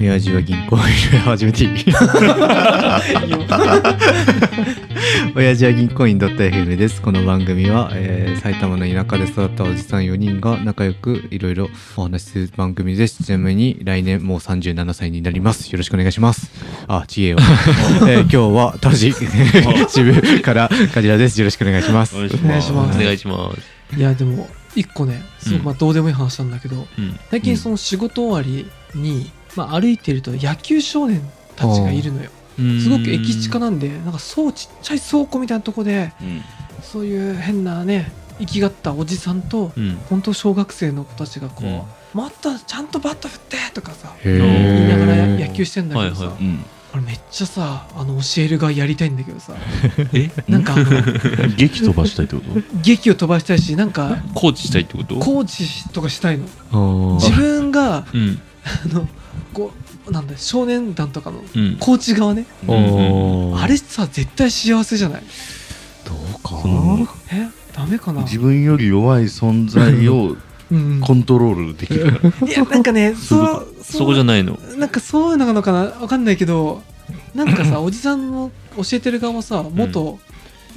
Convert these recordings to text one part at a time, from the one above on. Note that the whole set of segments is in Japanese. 親父は銀 行を始めていい親父は銀行員 .fm ですこの番組は、えー埼玉の田舎で育ったおじさん4人が仲良くいろいろお話しする番組ですちなみに来年もう37歳になりますよろしくお願いしますあ違え よ、えー今日は田地渋から梶田ですよろしくお願いしますお願いしますお願いします。いやでも一個ねすごうんくまあどうでもいい話なんだけど、うん。最近その仕事終わりに、まあ、歩いてると野球少年たちがいるのよすごく駅近な。なんでなんかそうちっちゃい倉庫みたいなとこでうん。そういう変なね生きがったおじさんとうん。本当小学生の子たちがこう、うんもっとちゃんとバット振ってとかさへー言いながらへー野球してんだけどさ、はいはうん、これめっちゃさあの教える側やりたいんだけどさ えなんかあの 激飛ばしたいってこと劇を飛ばしたいしなんかコーチしたいってことコーチとかしたいのあー自分がうん。あのこうなんだ少年団とかのうん。コーチ側ね、うおーあれさ絶対幸せじゃないどうかそのえダメかな、自分より弱い存在をうん、コントロールできるからいやなんかね そそうこそこじゃないの。なんかそういうのなのかなわかんないけどなんかさおじさんの教えてる側もさ元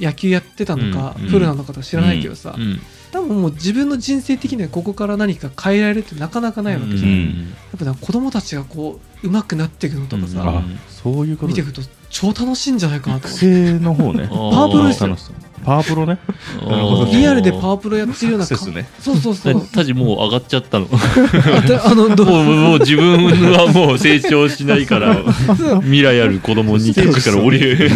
野球やってたのか、うんプロなのかとか知らないけどさ、うん。多分もう自分の人生的にはここから何か変えられるってなかなかないわけじゃん、うんやっぱなんか子供たちがこう上手くなっていくのとかさ、うんあそういうこ見とていくと超楽しいんじゃないかなと育思って成の方ねパワープロですよ楽しそうパワープロねなるほどリアルでパワワープロやってるようなサかクセスね そうそ うそうタジもう上がっちゃったの。もあたあのどううもう自分はもう成長しないから、未来ある子供に立から降りる。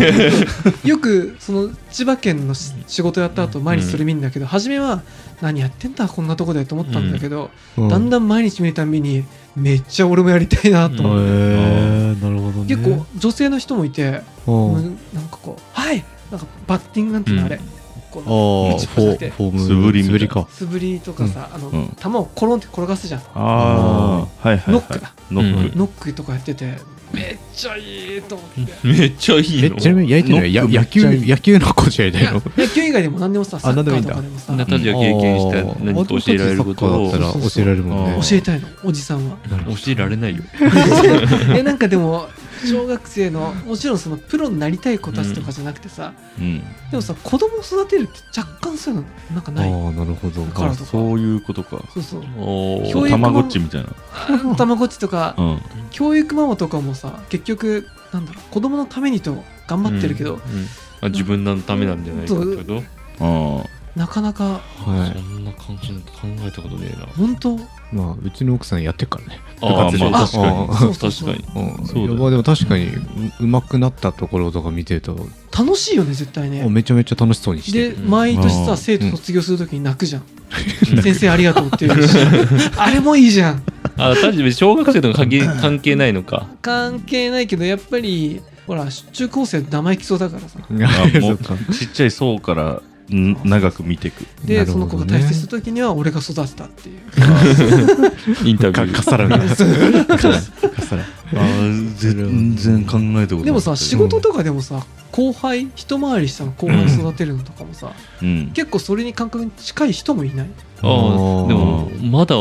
よくその千葉県のし仕事やった後毎日それ見るんだけど、初めは何やってんだこんなとこでと思ったんだけど、だんだん毎日見るたびにめっちゃ俺もやりたいなへと思って、ーなるほどね結構女性の人もいて、うんなんかこう「はい!」なんかバッティングなんていうのうんあれ、こあう打ーちっフぱなしォてフォーム素振りみた素いな振りか素振りとかさ、あのうん球をコロンって転がすじゃん、ああはいはいはいノックだノッうクノックとかやっててめっちゃいいと思って。めっちゃいいえの。ちなみに焼いてるのはやノック野球めっちゃいい野球のコーチやりたいの野球以外でも何でもさ、サあッカ何でもいいんーとだかでもさ、なタジが経験した何か教えられることをサッカーだったら教えられるもんねあー教えたいの、おじさんは。なるほ教どえられないよ。え、なんかでも、小学生の、もちろんそのプロになりたい子たちとかじゃなくてさ、うんでもさ、子供育てるって若干そういうの、なんあかない。ーなるほどだからあそういうことかそうそう。おー教育たまごっちみたいなたまごっちとかう、ん教育ママとかもさ、結局、なんだろう、子供のためにと頑張ってるけど、うんうんあ自分のためなんじゃないかってことあなかなか、はそんな感じなんて考えたことねえな本当いまあうちの奥さんやってるからねあ部ー活でまあ確かにあーそうそう確そうかにうんそうだよいやまあでも確かにううまくなったところとか見てると楽しいよね、絶対もうね。めちゃめちゃ楽しそうにしてで、るうん毎年うさ、ん生徒卒業するときに泣くじゃん。先生ありがとうって言うしあれもいいじゃんあ確かに小学生とか 関係関係ないのか関係ないけどやっぱりほら中高生生意気そうだからさ あもそうっかちっちゃい層からん長く見ていくで、なるそほどのね子が退出した時には俺が育てたっていうインタビュかか ーさらないあー全然考えたことないでもさ仕事とかでもさ後輩一回りしたの後輩育てるのとかもさ、うん結構それに感覚に近い人もいないあーでもまだ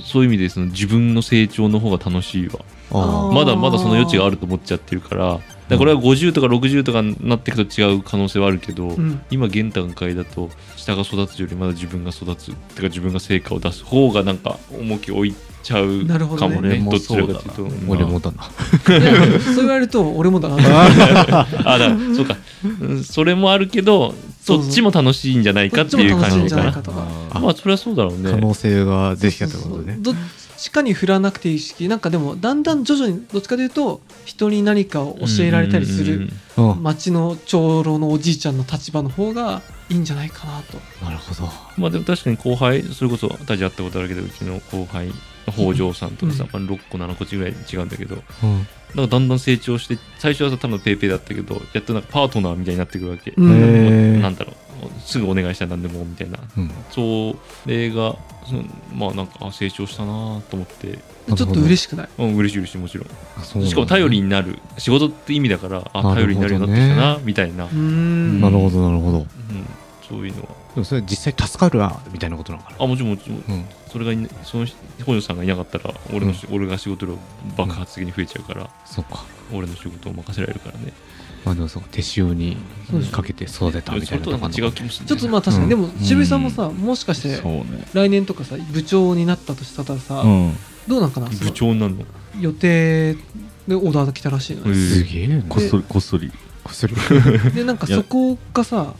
そういう意味でその自分の成長の方が楽しいわああーまだまだその余地があると思っちゃってるからだからこれは50とか60とかになっていくと違う可能性はあるけど、うん今現段階だと下が育つよりまだ自分が育つってか自分が成果を出す方がなんか重きを置いちゃうなるほどかねもね俺もどちらかとそいうとー俺もだなでそう言われると俺も だなあだからそうか、うんそれもあるけどそうそそうっちも楽しいんじゃないかっていうどっちも楽しい感んじじかゃなないかとかああまあそれはそうだろうね可能性が出てきたってこそとうそうねどっちかに振らなくていいしなんかでもだんだん徐々にどっちかというと人に何かを教えられたりする、うんうんうん町の長老のおじいちゃんの立場の方がいいんじゃないかなとなるほどまあでも確かに後輩それこそ私会ったことあるけどうちの後輩北条さんとかさ、まあ、6個7個違い違うんだけどなんかだんだん成長して最初はさ多分ペイペイだったけどやっとなんかパートナーみたいになってくるわけ、うんへーなんだろうすぐお願いしたら何でもみたいなうんそれがそのまあなんかあ成長したなと思って、ほどちょっと嬉しくないうん、嬉しい嬉しいもちろんあそうなんだしかも頼りになる仕事って意味だからあなるほどね頼りになるようになってきたなみたいな、うーんなるほどなるほどうん、そういうのはでもそれ実際助かるわみたいなことなのかなあもちろんもちろんうんそれがいなその人本庄さんがいなかったら俺のし、俺が仕事量爆発的に増えちゃうから、そっか俺の仕事を任せられるからねまあでもそう手塩にそうですかけて育てたみそたいれなととはこなんなのかか違なう気もする、ね、ちょっとまあ確かに、うんでも渋井さんもさもしかしてそうね来年とかさ部長になったとしたらさ、うんどうなんかなその部長になるの予定でオーダーが来たらしいのね、すげえねこっそりこっそりこっそりでなんかいやそこ がさ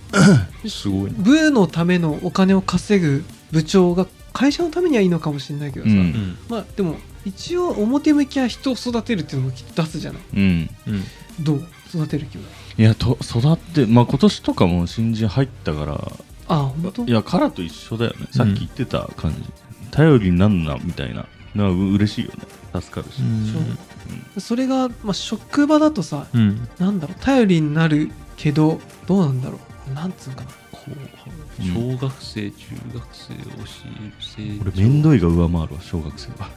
すごいね部のためのお金を稼ぐ部長が会社のためにはいいのかもしれないけどさ、うんうんまあでも一応表向きは人を育てるっていうのも出すじゃない うんうんどう育てる気分いやと育ってまあ今年とかも新人入ったからああ本当いやからと一緒だよねさっき言ってた感じ、頼りになんなみたいなのはう嬉しいよね助かるし、それが、まあ、職場だとさうんなんだろう頼りになるけどどうなんだろうなんつうのかなこう小学生中学生を教え俺る成長めんどいが上回るわ小学生は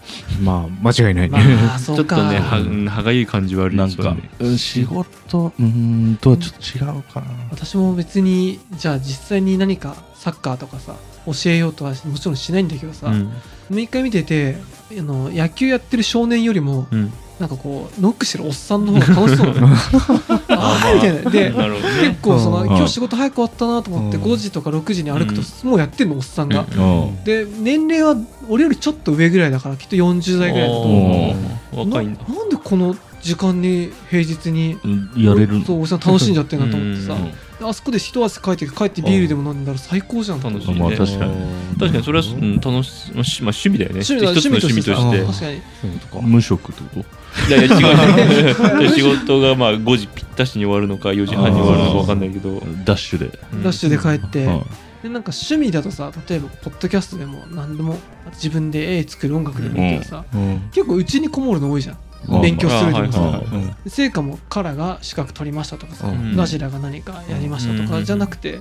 まあ間違いないね、まあちそょっうかとねはうん歯がゆい感じはあるよなんそかうね、うん仕事うーんとはちょっと違うかな私も別にじゃあ実際に何かサッカーとかさ教えようとはもちろんしないんだけどさ、うん一回見ててあの野球やってる少年よりも、うんなんかこうノックしてるおっさんの方が楽しそうなの ああみたいなで なるほどね 結構そのうん今日仕事早く終わったなと思ってうん5時とか6時に歩くともうやってんのおっさんがうんうんで年齢は俺よりちょっと上ぐらいだからきっと40代ぐらいだと思うおー若いんだななんでこの時間に平日にうんやれるそうおっさん楽しんじゃってんだと思ってさうんであそこで一汗かいて帰ってビールでも飲んだら最高じゃんと思って楽しいまあね確かに確かにそれは、うん楽しまあしまあ、趣味だよね趣味だ一つの趣味として趣味と確かにそういうことか無職ってことい やいや違う違う仕事がまあ5時ぴったしに終わるのか4時半に終わるのか分かんないけどダッシュで、ラッシュで帰って、うんでなんか趣味だとさ例えばポッドキャストでも何でも自分で絵作る音楽でもいいけどさ、うん結構うちにこもるの多いじゃん、うん勉強するでもさ、あはいはいうんで成果もカラが資格取りましたとかさ、うんガジラが何かやりましたとうかんじゃなくて、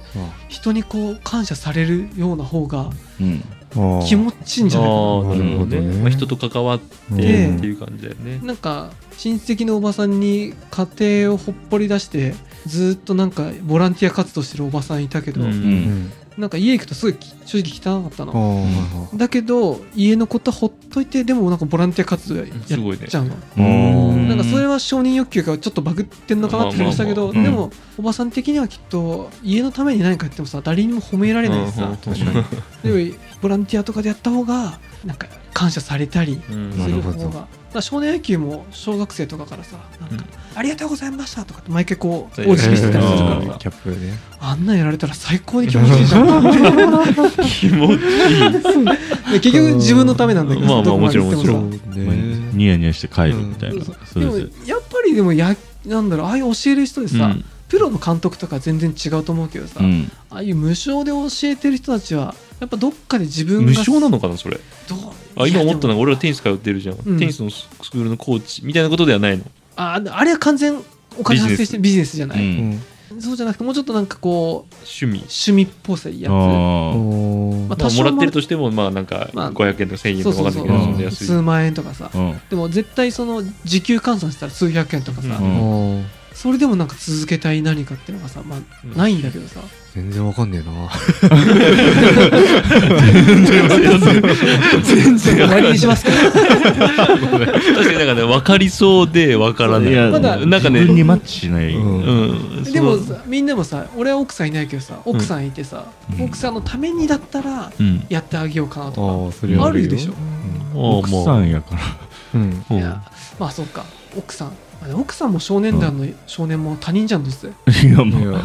人にこう感謝されるような方がうんああ気持ちいいんじゃないかああなるほどなるほどねねまあ人と関わってってでいう感じだよねななんか親戚のおばさんに家庭をほっぽり出してずーっとなんかボランティア活動してるおばさんいたけど、ううんうんんなんか家行くとすごいき正直汚かったのああ、はいはいだけど家のことはほっといてでもなんかボランティア活動ややすごいねっちゃうの、うんなんかそれは承認欲求がちょっとバグってんのかなって気もしたけど、まあまあでまあも、おばさん的にはきっと家のために何かやってもさ誰にも褒められないしさ、うん確かにでもボランティアとかでやった方がなんか感謝されたりうんすなるる方ほが、どだから少年野球も小学生とかからさなんか、ありがとうございました」とかって毎回こううんお辞儀 してたりするからうんさキャップねあんなんやられたら最高に気持ちいいじゃん 気持ちいいで結局自分のためなんだけどまあまさどあこまで行ってももちさろそうねニヤニヤして帰るみたいな、そうそれでもでやっぱりでもやなんだろうああいう教える人でさ、うんプロの監督とか全然違うと思うけどさ、うんああいう無償で教えてる人たちはやっぱどっかで自分が無償なのかなそれどうあ今思ったいやでものが俺はテニス通ってるじゃん、うんテニスのスクールのコーチみたいなことではないのああれは完全お金発生してビジネスじゃなうい、うんんそうじゃなくてもうちょっとなんかこう趣味趣味っぽさいやつあーおまーまあ、多少もはらってるとしてもまあなんかまあ500円とか1000円そとうかそわうかそんないけうんうどそんな安い数万円とかさうんでも絶対その時給換算したら数百円とかさ、うんおーそれでもなんか続けたい何かっていうのがさ、まあ、うんないんだけどさ、全然わかんねえな全然終わりにしますか確かになんかね分かりそうで分からないいやまだなんかね自分にマッチしない、うんうんでも そのさみんなもさ俺は奥さんいないけどさ奥さんいてさ、うん奥さんのためにだったらうんやってあげようかなとか、ああそれはあるでしょ奥さんやからうんうんいやまあそうか奥さんあでも奥さんも少年団の少年も他人じゃんどうせ、いやいもうや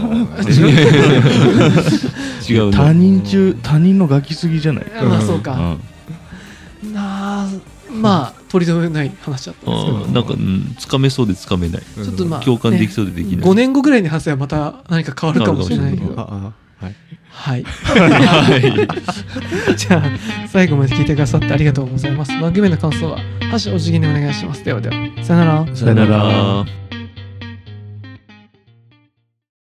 違うね他人中他人のガキすぎじゃない、あまあそううか、ん、なあまあ取り留めない話だったんですけど、うんなんか、うん、つかめそうでつかめない。ちょっとまあ共感できそうでできない。 5年後ぐらいに話せばまた何か変わるかもしれないけなるかもしれなどああはいはいはい。 じゃあ最後まで聞いてくださってありがとうございます番組への感想は「ハッシュお辞儀」にお願いしますではではさよならさよなら